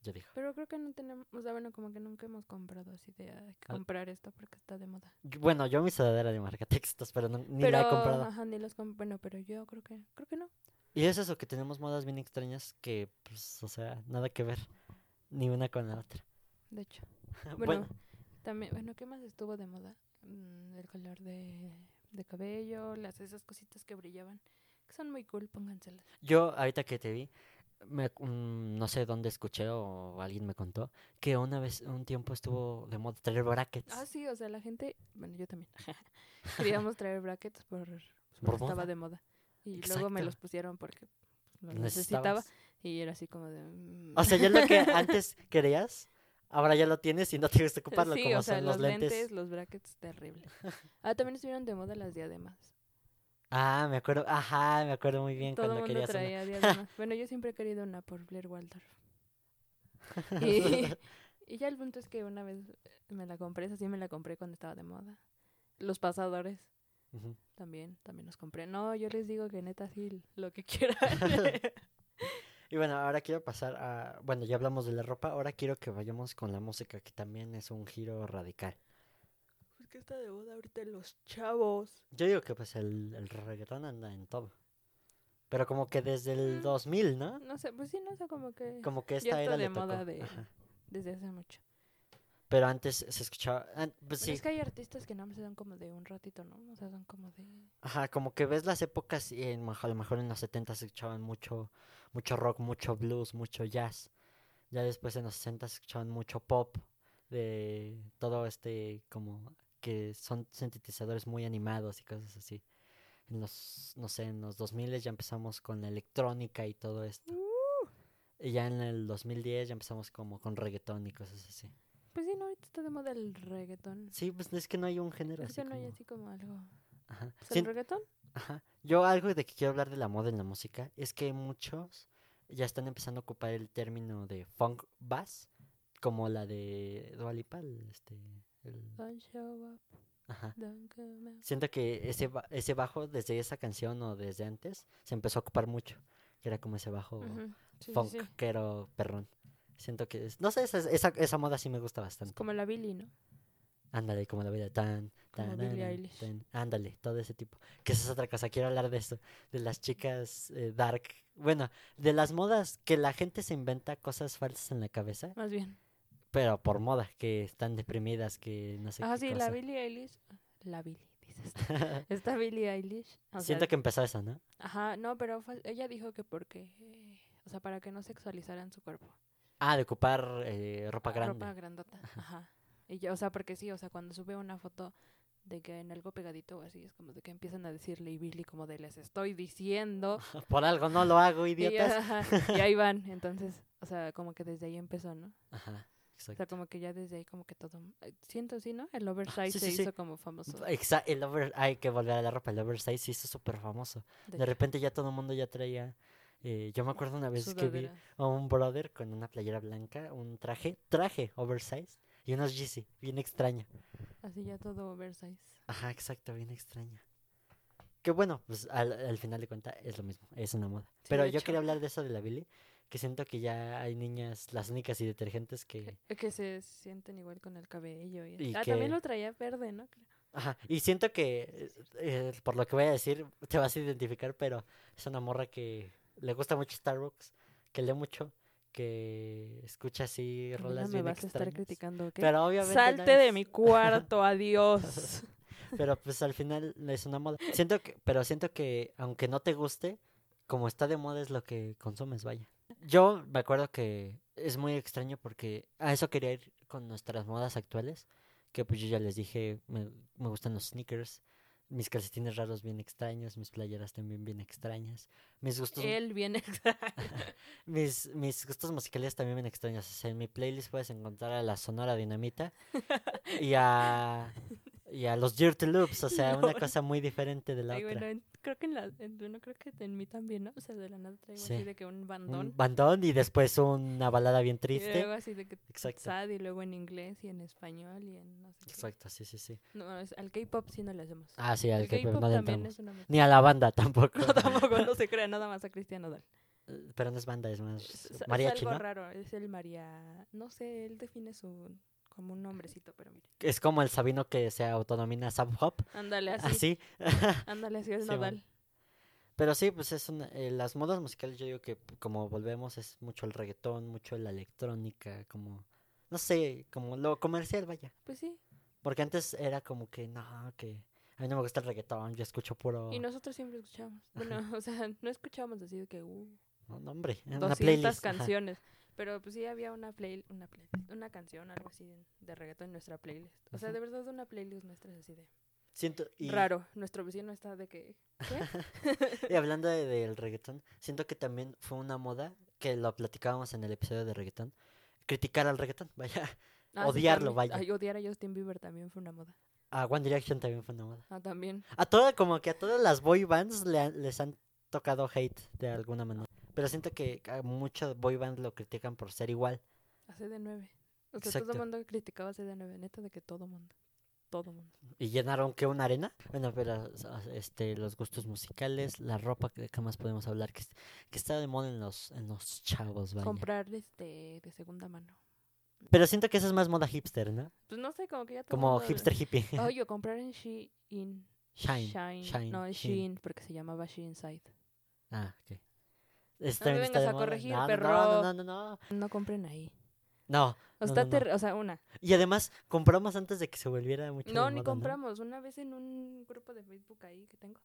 Speaker 1: Yo digo,
Speaker 2: Pero creo que no tenemos, o sea, bueno, como que nunca hemos comprado así de "Ah, hay que
Speaker 1: Al-
Speaker 2: comprar esto porque está de moda.
Speaker 1: yo- bueno, yo mi sudadera de marca textos, pero no- ni
Speaker 2: pero,
Speaker 1: la he comprado.
Speaker 2: Ajá, ni los comp- bueno, pero yo creo que, creo que no.
Speaker 1: Y es eso, que tenemos modas bien extrañas que, pues, o sea, nada que ver. Ni una con la otra. [laughs]
Speaker 2: De hecho.
Speaker 1: Bueno,
Speaker 2: Bueno, también, bueno, ¿qué más estuvo de moda? Mm, el color de, de cabello, las esas cositas que brillaban, que son muy cool, pónganselas.
Speaker 1: yo ahorita que te vi, me, ac- mm, no sé dónde escuché o alguien me contó que una vez, un tiempo estuvo de moda traer brackets.
Speaker 2: Ah, sí, o sea, la gente, bueno, yo también. [laughs] Queríamos traer brackets por,
Speaker 1: Por
Speaker 2: porque
Speaker 1: moda.
Speaker 2: estaba de moda. Y luego me
Speaker 1: Exacto.
Speaker 2: los pusieron porque pues, lo
Speaker 1: Lo
Speaker 2: necesitaba
Speaker 1: necesitabas. Ah,
Speaker 2: y era así como de mm.
Speaker 1: O sea, ya lo
Speaker 2: [laughs]
Speaker 1: que antes querías, ahora ya lo tienes y no tienes que ocuparlo,
Speaker 2: Sí,
Speaker 1: como
Speaker 2: o sea,
Speaker 1: son
Speaker 2: los,
Speaker 1: los lentes.
Speaker 2: lentes, los brackets,
Speaker 1: [laughs]
Speaker 2: terrible. Ah, también estuvieron de moda las diademas.
Speaker 1: Ah, me acuerdo, ajá, me acuerdo muy bien
Speaker 2: Todo el
Speaker 1: cuando
Speaker 2: mundo
Speaker 1: querías una. [laughs]
Speaker 2: traía diademas. bueno, yo siempre he querido una por Blair Waldorf. Y, y ya el punto es que una vez me la compré, esa sí me la compré cuando estaba de moda. Los pasadores
Speaker 1: Ujú.
Speaker 2: también, también los compré. No, yo les digo que neta sí, lo
Speaker 1: [laughs]
Speaker 2: que quieran. [laughs]
Speaker 1: Y bueno, ahora quiero pasar a, bueno, ya hablamos de la ropa, ahora quiero que vayamos con la música, que también es un giro radical.
Speaker 2: pues que está de moda ahorita los chavos.
Speaker 1: Yo digo que pues el, el reggaetón anda en todo. Pero como que desde el
Speaker 2: Mm.
Speaker 1: 2000, ¿no?
Speaker 2: No sé, pues sí, no sé, como que
Speaker 1: Como que
Speaker 2: Ya
Speaker 1: esta
Speaker 2: está
Speaker 1: era
Speaker 2: de
Speaker 1: le tocó.
Speaker 2: moda de-
Speaker 1: Ajá.
Speaker 2: desde hace mucho.
Speaker 1: Pero antes se escuchaba, an- pues
Speaker 2: Pero
Speaker 1: sí,
Speaker 2: es que hay artistas que no se dan como de un ratito, ¿no? O sea, son como de...
Speaker 1: Ajá, como que ves las épocas y en, a lo mejor en los 70 se escuchaban mucho, mucho rock, mucho blues, mucho jazz. Ya después en los 60 se escuchaban mucho pop, de todo este como que son sintetizadores muy animados y cosas así. En los, no sé, en los 2000 ya empezamos con la electrónica y todo esto.
Speaker 2: Uh.
Speaker 1: Y ya en el 2010 ya empezamos como con reggaetón y cosas así.
Speaker 2: Pues sí, no, ahorita está de moda el reggaetón.
Speaker 1: Sí, pues es que no hay un género
Speaker 2: Es
Speaker 1: así
Speaker 2: que no hay
Speaker 1: como-
Speaker 2: así como algo...
Speaker 1: Ajá.
Speaker 2: Pues el
Speaker 1: Sin-
Speaker 2: reggaetón
Speaker 1: Ajá. Yo algo de que quiero hablar de la moda en la música es que muchos ya están empezando a ocupar el término de funk bass, como la de Dua Lipa, el, este, el-
Speaker 2: Don't show up,
Speaker 1: ajá.
Speaker 2: don't come out.
Speaker 1: Siento que ese, ba- ese bajo desde esa canción o desde antes se empezó a ocupar mucho, que era como ese bajo
Speaker 2: Ujú, sí, sí, sí.
Speaker 1: funkero perrón. Siento que, es- no sé, esa, esa, esa moda sí me gusta
Speaker 2: Es
Speaker 1: bastante.
Speaker 2: como la Billy, ¿no?
Speaker 1: Ándale, como la vida tan,
Speaker 2: Como
Speaker 1: tan,
Speaker 2: Billie
Speaker 1: tan,
Speaker 2: Eilish.
Speaker 1: tan, ándale, todo ese tipo. Que esa es otra cosa, quiero hablar de eso, de las chicas eh, dark. Bueno, de las modas que la gente se inventa cosas falsas en la cabeza,
Speaker 2: Más bien.
Speaker 1: pero por moda, que están deprimidas, que no sé
Speaker 2: Ah,
Speaker 1: qué
Speaker 2: sí, la
Speaker 1: cosa.
Speaker 2: Billie Eilish. La Billie, dices.
Speaker 1: [laughs]
Speaker 2: tú. Esta Billie Eilish. o sea,
Speaker 1: Siento que empezó eso, ¿no?
Speaker 2: Ajá, no, pero fue- ella dijo que porque... eh, o sea, para que no sexualizaran su cuerpo.
Speaker 1: Ah, de ocupar eh, ropa grande.
Speaker 2: Ropa grandota. Ajá. Y ya, o sea, porque sí, o sea, cuando sube una foto de que en algo pegadito o así, es como de que empiezan a decirle y Billy como de les estoy diciendo.
Speaker 1: Por algo no lo hago,
Speaker 2: [laughs] Y,
Speaker 1: idiotas.
Speaker 2: ajá,
Speaker 1: [laughs]
Speaker 2: y ahí van. Entonces, o sea, como que desde ahí empezó, ¿no?
Speaker 1: Ajá,
Speaker 2: O sea,
Speaker 1: exacto. Ah,
Speaker 2: como que ya desde ahí como que todo... eh, Siento, sí, ¿no? El oversize
Speaker 1: sí,
Speaker 2: se
Speaker 1: sí, sí.
Speaker 2: hizo como famoso.
Speaker 1: Exa- el over, hay que volver a la ropa, el oversize se hizo súper famoso.
Speaker 2: de
Speaker 1: De repente ya todo el mundo ya traía. eh, yo me acuerdo una vez que vi
Speaker 2: sudaderas.
Speaker 1: a un brother con una playera blanca, un traje, traje oversize y unos Yeezy, bien extraño.
Speaker 2: Así ya todo oversize.
Speaker 1: Ajá, exacto, bien extraño. Que bueno, pues al, al final de cuentas es lo mismo, es una moda.
Speaker 2: Sí,
Speaker 1: Pero
Speaker 2: de
Speaker 1: yo
Speaker 2: hecho.
Speaker 1: quería hablar de eso de la Billy, que siento que ya hay niñas, las únicas y detergentes que...
Speaker 2: Eh, Que se sienten igual con el cabello. Y,
Speaker 1: Y
Speaker 2: ah, también
Speaker 1: que-
Speaker 2: lo traía verde, ¿no? Creo.
Speaker 1: Ajá, y siento que, eh, eh, por lo que voy a decir, te vas a identificar, pero es una morra que le gusta mucho Starbucks, que lee mucho, que escucha así
Speaker 2: A mí
Speaker 1: rolas
Speaker 2: no me
Speaker 1: bien
Speaker 2: vas a estar
Speaker 1: extrañas.
Speaker 2: criticando, ¿ok?
Speaker 1: Pero obviamente no
Speaker 2: Salte de
Speaker 1: es- [laughs]
Speaker 2: mi cuarto, adiós.
Speaker 1: Pero pues al final es una moda. Siento que, pero siento que aunque no te guste, como está de moda es lo que consumes, vaya. Yo me acuerdo que es muy extraño porque a eso quería ir con nuestras modas actuales, que pues yo ya les dije, me, me gustan los sneakers, mis calcetines raros bien extraños, mis playeras también bien extrañas, mis gustos,
Speaker 2: Él viene [laughs] exacto.
Speaker 1: mis, mis gustos musicales también bien extraños. O sea, en mi playlist puedes encontrar a la Sonora Dinamita y a... y a los Dirty Loops, o sea, una
Speaker 2: Lol.
Speaker 1: cosa muy diferente de la
Speaker 2: Ay,
Speaker 1: otra.
Speaker 2: bueno, en- creo que en la, en, bueno, creo que en mí también, ¿no? O sea, de la nada traigo
Speaker 1: Sí.
Speaker 2: así de que un bandón.
Speaker 1: Un bandón y después una balada bien
Speaker 2: Y luego
Speaker 1: triste.
Speaker 2: así de que
Speaker 1: Exacto.
Speaker 2: sad y luego en inglés y en español y en no sé qué.
Speaker 1: Exacto, sí, sí, sí.
Speaker 2: No, es- al K-pop sí no le hacemos.
Speaker 1: Ah, sí, al
Speaker 2: El
Speaker 1: que
Speaker 2: K-pop
Speaker 1: no le
Speaker 2: también
Speaker 1: entramos.
Speaker 2: es una mezcla.
Speaker 1: Ni a la banda tampoco.
Speaker 2: [laughs] No, tampoco, no se crea nada más a Cristiano Dal.
Speaker 1: Eh, [laughs] Pero no es banda, es más
Speaker 2: Es, es
Speaker 1: mariachi,
Speaker 2: algo
Speaker 1: ¿no?
Speaker 2: raro, es el María... No sé, él define su... como un nombrecito, pero mira.
Speaker 1: Es como el Sabino que se autonomina Sub Hop,
Speaker 2: Ándale así,
Speaker 1: así.
Speaker 2: ándale así es
Speaker 1: Sí,
Speaker 2: Nodal.
Speaker 1: Pero sí, pues es una- eh, las modas musicales yo digo que p- como volvemos es mucho el reggaetón, mucho la electrónica, como no sé, como lo comercial, vaya.
Speaker 2: Pues sí,
Speaker 1: Porque antes era como que no, que a mí no me gusta el reggaetón, yo escucho puro
Speaker 2: y nosotros siempre escuchamos. [laughs] Bueno, o sea, no escuchábamos así de que... Uh,
Speaker 1: no, no, hombre, en una
Speaker 2: 200
Speaker 1: playlist. ajá.
Speaker 2: canciones. Pero pues sí había una play, una playlist, una canción, algo así de, de reggaetón en nuestra playlist. O sea,
Speaker 1: Ujú.
Speaker 2: de verdad una playlist nuestra es así de
Speaker 1: Siento y,
Speaker 2: raro. Nuestro vecino está de que ¿qué?
Speaker 1: [laughs] y hablando de- del reggaetón, siento que también fue una moda que lo platicábamos en el episodio de reggaetón, criticar al reggaetón, [laughs] vaya.
Speaker 2: Ah, sí,
Speaker 1: Odiarlo,
Speaker 2: también.
Speaker 1: vaya.
Speaker 2: Ay, odiar a Justin Bieber también fue una moda.
Speaker 1: A One Direction también fue una moda.
Speaker 2: Ah, también.
Speaker 1: A todas, como que a todas las boy bands le han- les han tocado hate de alguna manera. Pero siento que a muchos boy bands lo critican por ser igual.
Speaker 2: A CD9. O sea,
Speaker 1: Exacto.
Speaker 2: todo el mundo criticaba a CD9, neta de que todo mundo. Todo mundo.
Speaker 1: Y llenaron que una arena. Bueno, pero o sea, este, los gustos musicales, la ropa que que más podemos hablar, que, es- que está de moda en los, en los chavos, vaya.
Speaker 2: Comprar este de segunda mano.
Speaker 1: Pero siento que eso es más moda hipster, ¿no?
Speaker 2: Pues no sé, como que ya todo
Speaker 1: Como
Speaker 2: mundo lo-
Speaker 1: hipster hippie. [laughs]
Speaker 2: [laughs] Oye, o comprar en Shein.
Speaker 1: Shine. Shine,
Speaker 2: No, en
Speaker 1: Shein.
Speaker 2: Shein, porque se llamaba Shein Side.
Speaker 1: Ah, ok. Este
Speaker 2: No
Speaker 1: también
Speaker 2: me
Speaker 1: está
Speaker 2: vengas
Speaker 1: de
Speaker 2: a
Speaker 1: moda.
Speaker 2: corregir,
Speaker 1: No, no,
Speaker 2: perro.
Speaker 1: No, no, no, no.
Speaker 2: No compren ahí.
Speaker 1: No.
Speaker 2: O,
Speaker 1: No, no,
Speaker 2: está
Speaker 1: no.
Speaker 2: ter- o sea, una.
Speaker 1: Y además, compramos antes de que se volviera mucho de
Speaker 2: No, ni
Speaker 1: moda,
Speaker 2: compramos. Una vez en un grupo de Facebook ahí que tengo,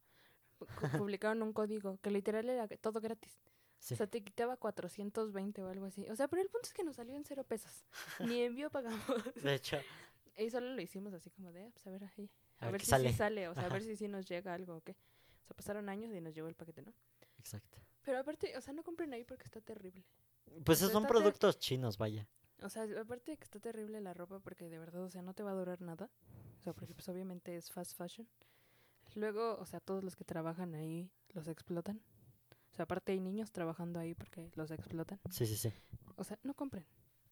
Speaker 2: pu- cu- publicaron un código que literal era que- todo gratis.
Speaker 1: Sí.
Speaker 2: O sea, te quitaba 420 o algo así. O sea, pero el punto es que nos salió en cero
Speaker 1: [laughs]
Speaker 2: pesos. Ni envío pagamos. [laughs]
Speaker 1: De hecho,
Speaker 2: y solo lo hicimos así como de, ah, pues a ver ahí.
Speaker 1: A
Speaker 2: A,
Speaker 1: ver
Speaker 2: ver
Speaker 1: qué
Speaker 2: si sí
Speaker 1: sale.
Speaker 2: sale, o sea,
Speaker 1: Ajá.
Speaker 2: a ver si sí nos llega algo o qué. O sea, pasaron años y nos llegó el paquete, ¿no?
Speaker 1: exacto.
Speaker 2: Pero aparte, o sea, no compren ahí porque está terrible.
Speaker 1: Pues
Speaker 2: sea,
Speaker 1: son
Speaker 2: está ter-
Speaker 1: productos chinos, vaya.
Speaker 2: O sea, aparte de que está terrible la ropa porque de verdad, o sea, no te va a durar nada. O sea, porque pues obviamente es fast fashion. Luego, o sea, todos los que trabajan ahí los explotan. O sea, aparte hay niños trabajando ahí porque los explotan.
Speaker 1: Sí, sí, sí.
Speaker 2: O sea, no compren.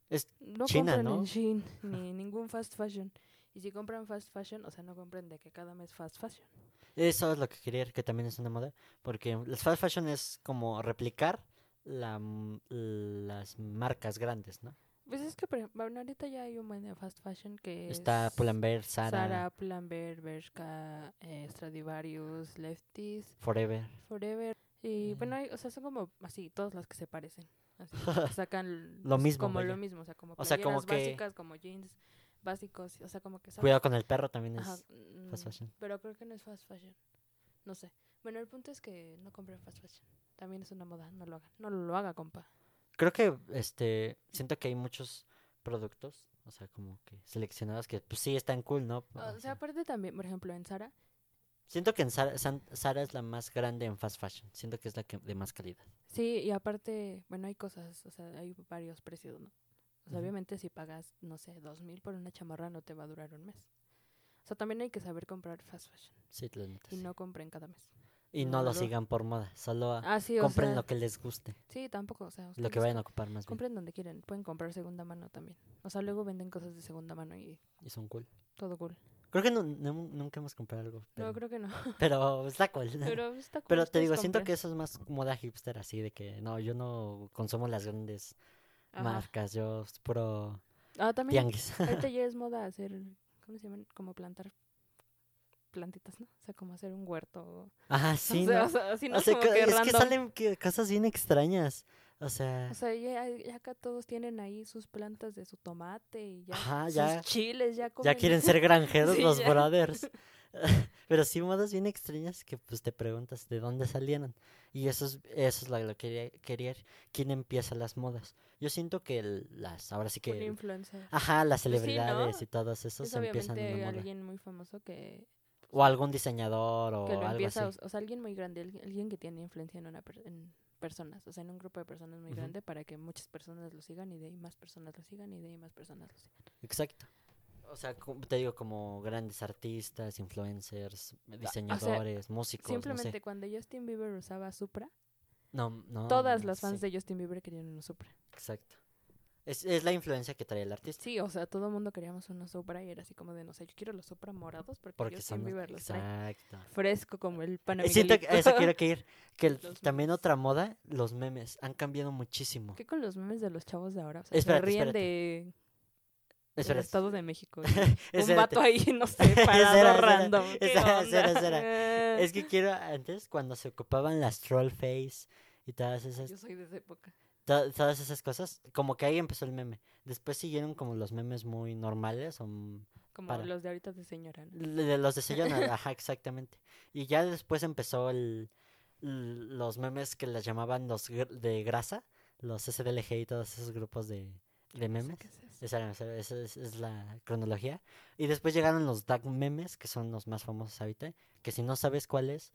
Speaker 1: Es
Speaker 2: no
Speaker 1: China,
Speaker 2: compren
Speaker 1: ¿no? [laughs]
Speaker 2: en Shein ni ningún fast fashion. Y si compran fast fashion, o sea, no compren de que cada mes fast fashion.
Speaker 1: Eso es lo que quería, que también es una moda. Porque las fast fashion es como replicar la, m- las marcas grandes, ¿no?
Speaker 2: Pues es que, por ejemplo, bueno, ahorita ya hay un buen de fast fashion que
Speaker 1: Está
Speaker 2: es
Speaker 1: Pull&Bear, Zara,
Speaker 2: Zara, Pull&Bear, Bershka, eh, Stradivarius, Lefties.
Speaker 1: Forever.
Speaker 2: Forever. Y
Speaker 1: Mm.
Speaker 2: bueno, hay- o sea, son como así, todas las que se parecen.
Speaker 1: [laughs]
Speaker 2: Así, que sacan
Speaker 1: Lo
Speaker 2: pues,
Speaker 1: mismo,
Speaker 2: Como
Speaker 1: vaya.
Speaker 2: lo mismo, o sea, como
Speaker 1: O sea, como
Speaker 2: playeras
Speaker 1: que-
Speaker 2: básicas, como jeans básicos, o sea, como que sacan-
Speaker 1: Cuidado con el perro también es.
Speaker 2: Ajá,
Speaker 1: fast
Speaker 2: mm,
Speaker 1: fashion.
Speaker 2: Pero creo que no es fast fashion. No sé. Bueno, el punto es que no compren fast fashion. También es una moda, no lo hagan. No lo haga, compa.
Speaker 1: Creo que este siento que hay muchos productos, o sea, como que seleccionados que pues sí están cool, ¿no?
Speaker 2: O sea, aparte también, por ejemplo, en Sara,
Speaker 1: siento que en Zara, San- Zara es la más grande en fast fashion. Siento que es la que de más calidad.
Speaker 2: Sí, y aparte, bueno, hay cosas, o sea, hay varios precios, ¿no? O sea,
Speaker 1: Ujú.
Speaker 2: obviamente si pagas, no sé, dos mil por una chamarra no te va a durar un mes. O sea, también hay que saber comprar fast fashion
Speaker 1: Sí, la neta,
Speaker 2: y
Speaker 1: sí.
Speaker 2: no compren cada mes.
Speaker 1: Y no
Speaker 2: No,
Speaker 1: lo
Speaker 2: no.
Speaker 1: sigan por moda, solo a-
Speaker 2: Ah, sí, o
Speaker 1: compren
Speaker 2: sea,
Speaker 1: lo que les guste,
Speaker 2: sí, tampoco, o sea,
Speaker 1: lo
Speaker 2: ustedes
Speaker 1: que vayan a ocupar más bien.
Speaker 2: compren donde quieren, pueden comprar segunda mano también. O sea, luego venden cosas de segunda mano y
Speaker 1: Y son cool.
Speaker 2: todo cool.
Speaker 1: Creo que no- no- nunca hemos comprado algo, pero,
Speaker 2: No,
Speaker 1: [laughs]
Speaker 2: creo que no,
Speaker 1: pero está cool. [laughs] Pero,
Speaker 2: [laughs] pero está cool.
Speaker 1: te digo, siento que eso es más moda hipster, así de que no, yo no consumo las grandes marcas, yo es puro
Speaker 2: Ah, también
Speaker 1: tianguis. [laughs]
Speaker 2: Ahorita ya es moda hacer, ¿cómo se llaman? Como plantar plantitas, ¿no? O sea, como hacer un huerto. o-
Speaker 1: Ajá, sí,
Speaker 2: [laughs] o sea,
Speaker 1: ¿no?
Speaker 2: o sea, así no
Speaker 1: O sea,
Speaker 2: como
Speaker 1: que-
Speaker 2: que
Speaker 1: es que
Speaker 2: random.
Speaker 1: salen que- cosas bien extrañas. O sea,
Speaker 2: O sea, ya, ya acá todos tienen ahí sus plantas de su tomate y ya
Speaker 1: Ajá,
Speaker 2: sus
Speaker 1: ya-
Speaker 2: chiles, ya comen.
Speaker 1: ya quieren
Speaker 2: [laughs]
Speaker 1: ser granjeros
Speaker 2: Sí,
Speaker 1: los
Speaker 2: ya. [laughs]
Speaker 1: brothers. [laughs] Pero sí modas bien extrañas que pues te preguntas de dónde salieron. Y eso es, eso es lo, lo que quería, quería ir. ¿Quién empieza las modas? Yo siento que el- las, ahora sí que...
Speaker 2: un
Speaker 1: el-
Speaker 2: influencer.
Speaker 1: Ajá, las
Speaker 2: Pues sí, ¿no?
Speaker 1: celebridades y todos esos
Speaker 2: es
Speaker 1: empiezan
Speaker 2: obviamente
Speaker 1: en la moda.
Speaker 2: alguien muy famoso que,
Speaker 1: O algún diseñador o
Speaker 2: que lo
Speaker 1: algo
Speaker 2: empieza,
Speaker 1: así.
Speaker 2: o, o sea, alguien muy grande, alguien- alguien que tiene influencia en una per- en personas, o sea, en un grupo de personas muy
Speaker 1: Ujú.
Speaker 2: grande para que muchas personas lo sigan y de ahí más personas lo sigan y de ahí más personas lo sigan.
Speaker 1: Exacto. O sea, cu- te digo, como grandes artistas, influencers, diseñadores, músicos,
Speaker 2: Ah, Simplemente cuando Justin Bieber usaba Supra,
Speaker 1: no sé. No, no,
Speaker 2: todas
Speaker 1: no,
Speaker 2: las fans
Speaker 1: sí,
Speaker 2: de Justin Bieber querían un Supra.
Speaker 1: Exacto. Es, es la influencia que trae el artista.
Speaker 2: Sí, o sea, todo el mundo queríamos unos Supra y era así como de, no sé, yo quiero los Supra morados porque,
Speaker 1: Porque
Speaker 2: Justin
Speaker 1: son...
Speaker 2: Bieber los trae.
Speaker 1: Exacto.
Speaker 2: Fresco como el pan
Speaker 1: Eh, Siento que a eso quiero que ir. Que el-
Speaker 2: Los
Speaker 1: también
Speaker 2: memes.
Speaker 1: otra moda, los memes, han cambiado muchísimo.
Speaker 2: [laughs] ¿Qué con los memes de los chavos de ahora? O sea,
Speaker 1: Espérate,
Speaker 2: se ríen
Speaker 1: espérate.
Speaker 2: de del
Speaker 1: Espera,
Speaker 2: Estado
Speaker 1: [laughs]
Speaker 2: de México. Un
Speaker 1: espérate. [laughs]
Speaker 2: vato ahí, no sé, parado
Speaker 1: Espera, espera,
Speaker 2: random. ¿Qué
Speaker 1: espera, espera,
Speaker 2: onda?
Speaker 1: [laughs] Es que quiero, antes, cuando se ocupaban las troll face y todas esas,
Speaker 2: Yo soy de esa época.
Speaker 1: to- todas esas cosas, como que ahí empezó el meme. Después siguieron como los memes muy normales, o m-
Speaker 2: Como
Speaker 1: Para.
Speaker 2: los de ahorita de señora. ¿no?
Speaker 1: de de los de
Speaker 2: [laughs]
Speaker 1: Sayona, ajá, exactamente. Y ya después empezó el, l- los memes que las llamaban los gr- de grasa, los SDLG y todos esos grupos de, de
Speaker 2: No sé
Speaker 1: memes.
Speaker 2: qué es eso.
Speaker 1: Esa, esa- esa es, es la cronología. Y después llegaron los dark memes, que son los más famosos ahorita. Que si no sabes cuál es,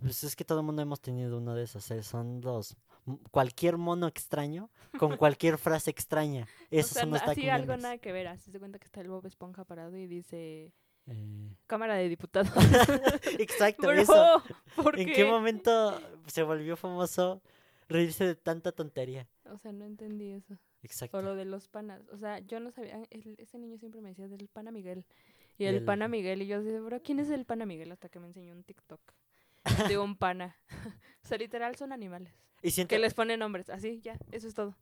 Speaker 1: pues es que todo el mundo hemos tenido uno de esos. eh, Son los. m- Cualquier mono extraño
Speaker 2: [laughs]
Speaker 1: con cualquier frase extraña. Esos
Speaker 2: o sea,
Speaker 1: son los
Speaker 2: na-
Speaker 1: dark
Speaker 2: así
Speaker 1: memes.
Speaker 2: algo nada que ver. Así se cuenta que está el Bob Esponja parado y dice
Speaker 1: Eh,
Speaker 2: Cámara
Speaker 1: [laughs]
Speaker 2: de Diputados.
Speaker 1: Exacto,
Speaker 2: [laughs] Bro,
Speaker 1: eso.
Speaker 2: ¿por
Speaker 1: ¿En
Speaker 2: qué?
Speaker 1: qué momento se volvió famoso reírse de tanta tontería?
Speaker 2: O sea, no entendí eso.
Speaker 1: Exacto.
Speaker 2: O lo de los panas. O sea, yo no sabía. ah, el- ese niño siempre me decía del pana Miguel. Y
Speaker 1: Y
Speaker 2: el,
Speaker 1: el-
Speaker 2: pana Miguel. Y yo decía, bro, ¿quién es el pana Miguel? Hasta que me enseñó un TikTok de [laughs] un pana. o sea, literal son animales.
Speaker 1: Y siento,
Speaker 2: Que les ponen nombres. Así, ya. Eso es todo.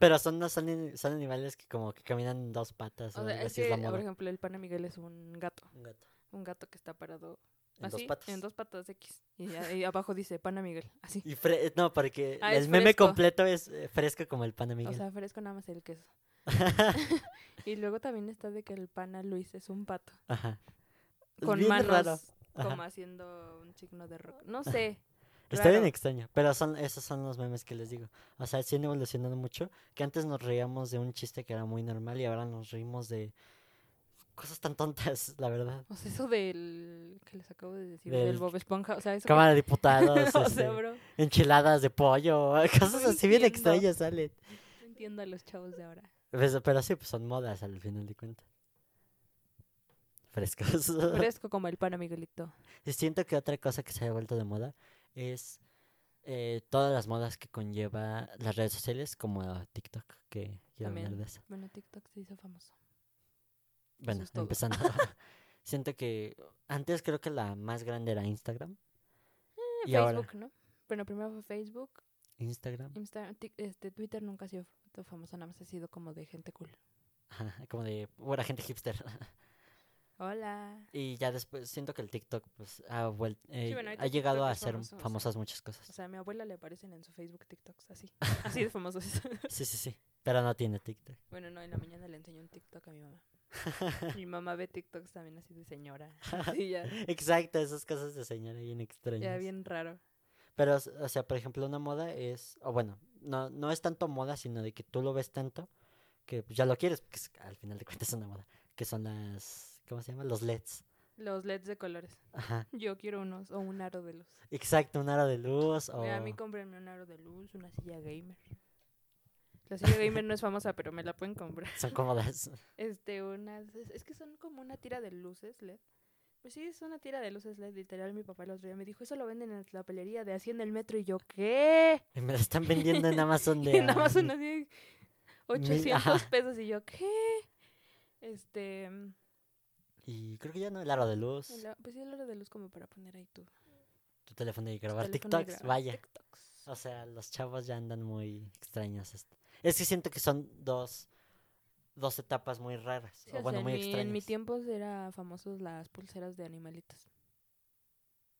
Speaker 1: pero son, no son, ani- son animales que como que caminan en dos patas.
Speaker 2: O
Speaker 1: o
Speaker 2: sea,
Speaker 1: algo
Speaker 2: es
Speaker 1: así es
Speaker 2: que,
Speaker 1: la
Speaker 2: por
Speaker 1: moda.
Speaker 2: ejemplo, el pana Miguel es un gato.
Speaker 1: Un gato.
Speaker 2: Un gato que está parado
Speaker 1: En
Speaker 2: así.
Speaker 1: dos patas.
Speaker 2: En dos patas X. Y, a- y abajo dice pana Miguel. Así.
Speaker 1: Y fre- no, porque
Speaker 2: Ah,
Speaker 1: el
Speaker 2: es
Speaker 1: meme
Speaker 2: fresco.
Speaker 1: completo es eh, fresco como el pan de Miguel.
Speaker 2: O sea, fresco nada más el queso.
Speaker 1: [laughs]
Speaker 2: [laughs] y luego también está de que el pana Luis es un pato.
Speaker 1: Ajá. Es
Speaker 2: Con
Speaker 1: bien
Speaker 2: manos
Speaker 1: raro. Ajá.
Speaker 2: como haciendo un signo de rock. No sé.
Speaker 1: Está bien
Speaker 2: raro.
Speaker 1: extraño, pero son esos son los memes que les digo. O sea, sí han evolucionado mucho, que antes nos reíamos de un chiste que era muy normal y ahora nos reímos de cosas tan tontas, [laughs] la verdad.
Speaker 2: O sea, eso del que les acabo de decir,
Speaker 1: Del
Speaker 2: del Bob Esponja. O sea, eso. [laughs]
Speaker 1: Cámara de diputados,
Speaker 2: o
Speaker 1: este,
Speaker 2: sea, bro, no
Speaker 1: enchiladas de pollo, [laughs] cosas
Speaker 2: No
Speaker 1: así bien
Speaker 2: entiendo.
Speaker 1: extrañas salen.
Speaker 2: entiendo a los chavos de ahora.
Speaker 1: Pues, pero sí, pues son modas al final de cuentas. Frescos. [laughs]
Speaker 2: Fresco como el pana Miguelito.
Speaker 1: Y Siento que otra cosa que se ha vuelto de moda es eh, todas las modas que conlleva las redes sociales, como eh, TikTok, que quiero hablar
Speaker 2: También.
Speaker 1: de eso.
Speaker 2: Bueno, TikTok se hizo famoso.
Speaker 1: Bueno,
Speaker 2: es todo. [laughs]
Speaker 1: empezando. [laughs] Siento que antes creo que la más grande era Instagram.
Speaker 2: Eh,
Speaker 1: Y ahora-
Speaker 2: Facebook, ¿no? Bueno, primero fue Facebook,
Speaker 1: Instagram,
Speaker 2: Instagram, Tik- este, Twitter nunca ha sido tan famoso, nada más ha sido como de gente cool.
Speaker 1: ajá, como de buena gente hipster. [laughs]
Speaker 2: Hola.
Speaker 1: y ya después siento que el TikTok pues, ha, vuel- eh,
Speaker 2: bueno, ahorita
Speaker 1: ha llegado
Speaker 2: TikTok
Speaker 1: a
Speaker 2: es
Speaker 1: ser
Speaker 2: famoso, o sea.
Speaker 1: famosas muchas
Speaker 2: O
Speaker 1: cosas.
Speaker 2: [laughs] sea, a mi abuela le aparecen en su Facebook TikToks así. [laughs] Así de famosos.
Speaker 1: Sí, sí, sí. Pero no tiene TikTok. [laughs]
Speaker 2: bueno, no, en la mañana le enseñó un TikTok a mi mamá. mi mamá ve TikToks también así de señora. [laughs] Así ya,
Speaker 1: Exacto, esas cosas de señora bien extrañas.
Speaker 2: ya bien raro.
Speaker 1: Pero, s- o sea, por ejemplo, una moda es, o bueno, no, no es tanto moda, sino de que tú lo ves tanto que pues, ya lo quieres, porque es- al final de cuentas es una moda, que son las, ¿cómo se llama? Los LEDs.
Speaker 2: Los LEDs de colores.
Speaker 1: Ajá,
Speaker 2: Yo quiero unos o un aro de luz.
Speaker 1: exacto, un aro de luz o...
Speaker 2: Mira, a mí cómprenme un aro de luz, una silla gamer. La silla gamer no es famosa, pero me la pueden comprar. [laughs]
Speaker 1: Son cómodas. [laughs]
Speaker 2: Este, unas. Es, es que son como una tira de luces LED. Pues sí, es una tira de luces LED. Literal, mi papá el otro día me dijo: Eso lo venden en la pelería de así en el metro. Y yo, ¿qué?
Speaker 1: Y me la están vendiendo en Amazon de...
Speaker 2: [laughs] Y nada más
Speaker 1: ah,
Speaker 2: una así, 800
Speaker 1: ajá.
Speaker 2: pesos. Y yo, ¿qué? Este. mm,
Speaker 1: Y creo que ya no, el aro de luz,
Speaker 2: el a- Pues sí, el aro de luz como para poner ahí tu. tu
Speaker 1: tu teléfono y grabar
Speaker 2: teléfono y
Speaker 1: TikToks,
Speaker 2: grabar
Speaker 1: vaya.
Speaker 2: TikToks.
Speaker 1: O sea, los chavos ya andan muy extraños. est- Es que siento que son dos, dos etapas muy raras,
Speaker 2: Sí,
Speaker 1: o
Speaker 2: o
Speaker 1: oh, bueno,
Speaker 2: sea,
Speaker 1: muy
Speaker 2: en, mi, en mi
Speaker 1: extrañas.
Speaker 2: tiempo era famosos las pulseras de animalitos.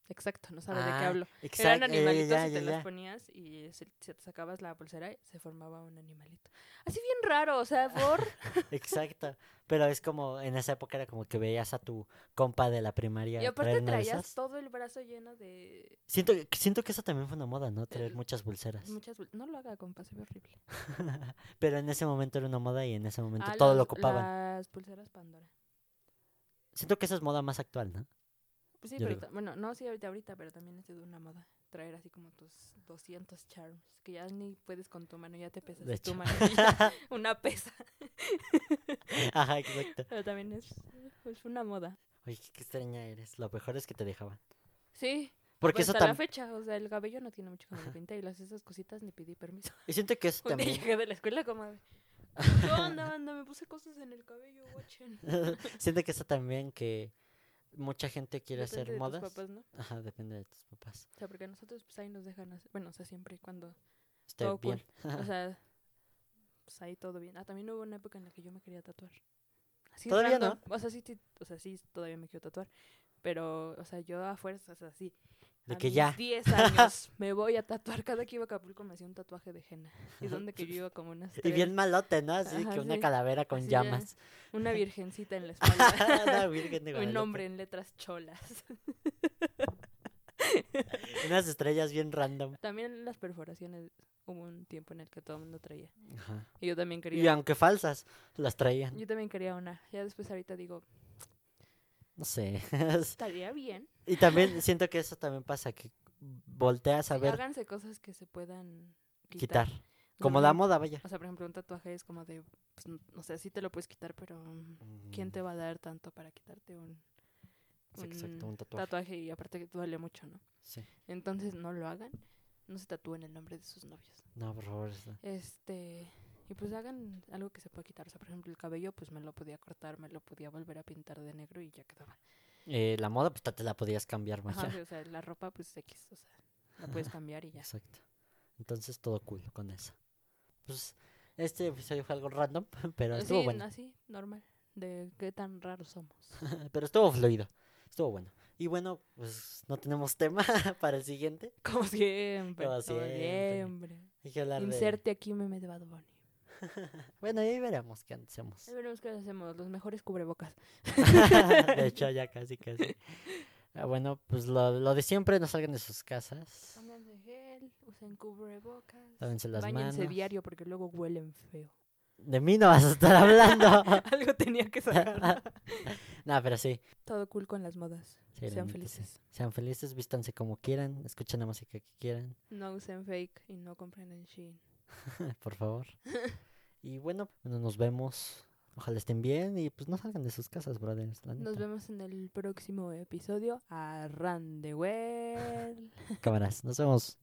Speaker 2: Exacto, no sabes de qué
Speaker 1: Ah,
Speaker 2: hablo.
Speaker 1: exact-
Speaker 2: Eran
Speaker 1: eh,
Speaker 2: animalitos
Speaker 1: ya,
Speaker 2: y
Speaker 1: ya,
Speaker 2: te
Speaker 1: ya.
Speaker 2: las ponías y se, se te sacabas la pulsera y se formaba un animalito. Así bien raro, o
Speaker 1: Ah,
Speaker 2: sea, por...
Speaker 1: Exacto. Pero es como, en esa época era como que veías a tu compa de la primaria.
Speaker 2: y aparte
Speaker 1: traer una de
Speaker 2: traías
Speaker 1: esas.
Speaker 2: todo el brazo lleno de...
Speaker 1: Siento, que- siento que eso también fue una moda, ¿no? Traer
Speaker 2: El-
Speaker 1: muchas pulseras.
Speaker 2: Muchas... bul- No lo haga, compa, se ve horrible.
Speaker 1: Pero en ese momento era una moda y en ese momento
Speaker 2: Ah,
Speaker 1: todo lo
Speaker 2: las-
Speaker 1: ocupaban.
Speaker 2: Las pulseras Pandora.
Speaker 1: Siento que esa es moda más actual, ¿no? [laughs]
Speaker 2: Pues sí,
Speaker 1: Yo
Speaker 2: pero
Speaker 1: digo.
Speaker 2: Pues ta- bueno, no, sí, ahorita, ahorita, pero también ha sido una moda. traer así como tus 200 charms, que ya ni puedes con tu mano, ya te pesas
Speaker 1: De
Speaker 2: tu
Speaker 1: hecho.
Speaker 2: mano,
Speaker 1: [laughs]
Speaker 2: [laughs] ya una pesa.
Speaker 1: Ajá, exacto.
Speaker 2: Pero también es, es una moda.
Speaker 1: Oye, qué extraña eres. Lo mejor es que te dejaban.
Speaker 2: Sí,
Speaker 1: Porque
Speaker 2: pues
Speaker 1: eso
Speaker 2: hasta la
Speaker 1: también...
Speaker 2: fecha, o sea, el cabello no tiene mucho que me pinta y las esas cositas ni pedí permiso. [laughs]
Speaker 1: Y siento que eso
Speaker 2: Un día
Speaker 1: también...
Speaker 2: llegué de la escuela como de,
Speaker 1: [laughs]
Speaker 2: ¿qué onda, banda? Me puse cosas en el cabello, watchen.
Speaker 1: siento que eso también que mucha gente quiere
Speaker 2: Depende de
Speaker 1: hacer
Speaker 2: tus
Speaker 1: modas.
Speaker 2: papás, ¿no?
Speaker 1: Ajá, depende de tus papás.
Speaker 2: O sea, porque nosotros pues ahí nos dejan hacer, bueno, o sea, siempre y cuando
Speaker 1: Está
Speaker 2: Todo cool.
Speaker 1: bien.
Speaker 2: O sea, pues ahí todo bien. Ah, también hubo una época en la que yo me quería tatuar. Así
Speaker 1: Todavía
Speaker 2: random. O sea, sí, sí, o sea, sí, todavía me quiero tatuar. Pero, o sea, yo a fuerzas así.
Speaker 1: De
Speaker 2: a
Speaker 1: que
Speaker 2: mis
Speaker 1: ya.
Speaker 2: 10
Speaker 1: [laughs]
Speaker 2: años me voy a tatuar. Cada que iba a Acapulco me hacía un tatuaje de henna. Y donde que yo iba como unas
Speaker 1: Y
Speaker 2: tres,
Speaker 1: bien malote, ¿no? Así
Speaker 2: Ajá,
Speaker 1: que una
Speaker 2: sí.
Speaker 1: calavera con
Speaker 2: Así ya.
Speaker 1: llamas. [laughs]
Speaker 2: una virgencita en la espalda.
Speaker 1: La Virgen de
Speaker 2: [laughs] un
Speaker 1: Guadalupe.
Speaker 2: nombre en letras cholas. [laughs]
Speaker 1: Unas estrellas bien random.
Speaker 2: También las perforaciones hubo un tiempo en el que todo el mundo traía.
Speaker 1: Ajá.
Speaker 2: Y yo también quería.
Speaker 1: Y aunque falsas, las traían.
Speaker 2: Yo también quería una. Ya después ahorita digo,
Speaker 1: No sé. [laughs]
Speaker 2: estaría bien.
Speaker 1: y también siento que eso también pasa, que volteas a
Speaker 2: Sí,
Speaker 1: ver
Speaker 2: Háganse cosas que se puedan
Speaker 1: quitar.
Speaker 2: quitar. O sea,
Speaker 1: Como
Speaker 2: por
Speaker 1: la
Speaker 2: ejemplo-
Speaker 1: moda, vaya.
Speaker 2: O sea, por ejemplo, un tatuaje es como de, pues, n- o sea, sí te lo puedes quitar, pero mm, ¿quién te va a dar tanto para quitarte un,
Speaker 1: Sí, Exacto,
Speaker 2: un
Speaker 1: un tatuaje.
Speaker 2: tatuaje? Y aparte que duele mucho, ¿no?
Speaker 1: Sí.
Speaker 2: Entonces no lo hagan, no se tatúen el nombre de sus novios.
Speaker 1: No, por favor. eso.
Speaker 2: Este, y pues hagan algo que se pueda quitar. O sea, por ejemplo, el cabello, pues me lo podía cortar, me lo podía volver a pintar de negro y ya quedaba.
Speaker 1: Eh, la moda, pues te la podías cambiar, vaya.
Speaker 2: Ajá, sí, o sea, la ropa, pues X, o sea, la puedes cambiar y
Speaker 1: [laughs]
Speaker 2: ya.
Speaker 1: Exacto. Entonces todo cool con eso. Pues este episodio fue algo random, [laughs] pero estuvo
Speaker 2: Pues sí,
Speaker 1: bueno.
Speaker 2: así, normal, de qué tan raros somos.
Speaker 1: Pero estuvo fluido. Estuvo bueno. Y bueno, pues no tenemos tema [laughs] para el siguiente.
Speaker 2: [laughs] Como siempre.
Speaker 1: Como
Speaker 2: Como
Speaker 1: siempre.
Speaker 2: siempre.
Speaker 1: Hay que hablar de-
Speaker 2: Inserte aquí un meme de Bad Bunny.
Speaker 1: Bueno, ahí veremos qué hacemos. [laughs]
Speaker 2: [laughs] Ahí veremos qué hacemos. Los mejores cubrebocas.
Speaker 1: de hecho, ya casi, casi. Ah, Bueno, pues lo, lo de siempre, no salgan de sus casas.
Speaker 2: Pónganse gel, usen cubrebocas.
Speaker 1: Lávense las
Speaker 2: Báñense
Speaker 1: manos.
Speaker 2: diario porque luego huelen
Speaker 1: [laughs]
Speaker 2: feo. [laughs]
Speaker 1: De mí no vas a estar hablando. [laughs]
Speaker 2: Algo tenía que sacar.
Speaker 1: no, pero sí.
Speaker 2: Todo cool con las modas.
Speaker 1: sí, la neta,
Speaker 2: Sean
Speaker 1: sí.
Speaker 2: felices.
Speaker 1: Sean felices, vístanse como quieran, escuchen la música que quieran. [laughs]
Speaker 2: No usen fake y no compren en Shein.
Speaker 1: por
Speaker 2: [laughs]
Speaker 1: favor. Y bueno, bueno, nos vemos. Ojalá estén bien y pues no salgan de sus casas, brothers. La
Speaker 2: Nos
Speaker 1: neta.
Speaker 2: vemos en el próximo episodio. Arran de well.
Speaker 1: Cámaras, nos vemos.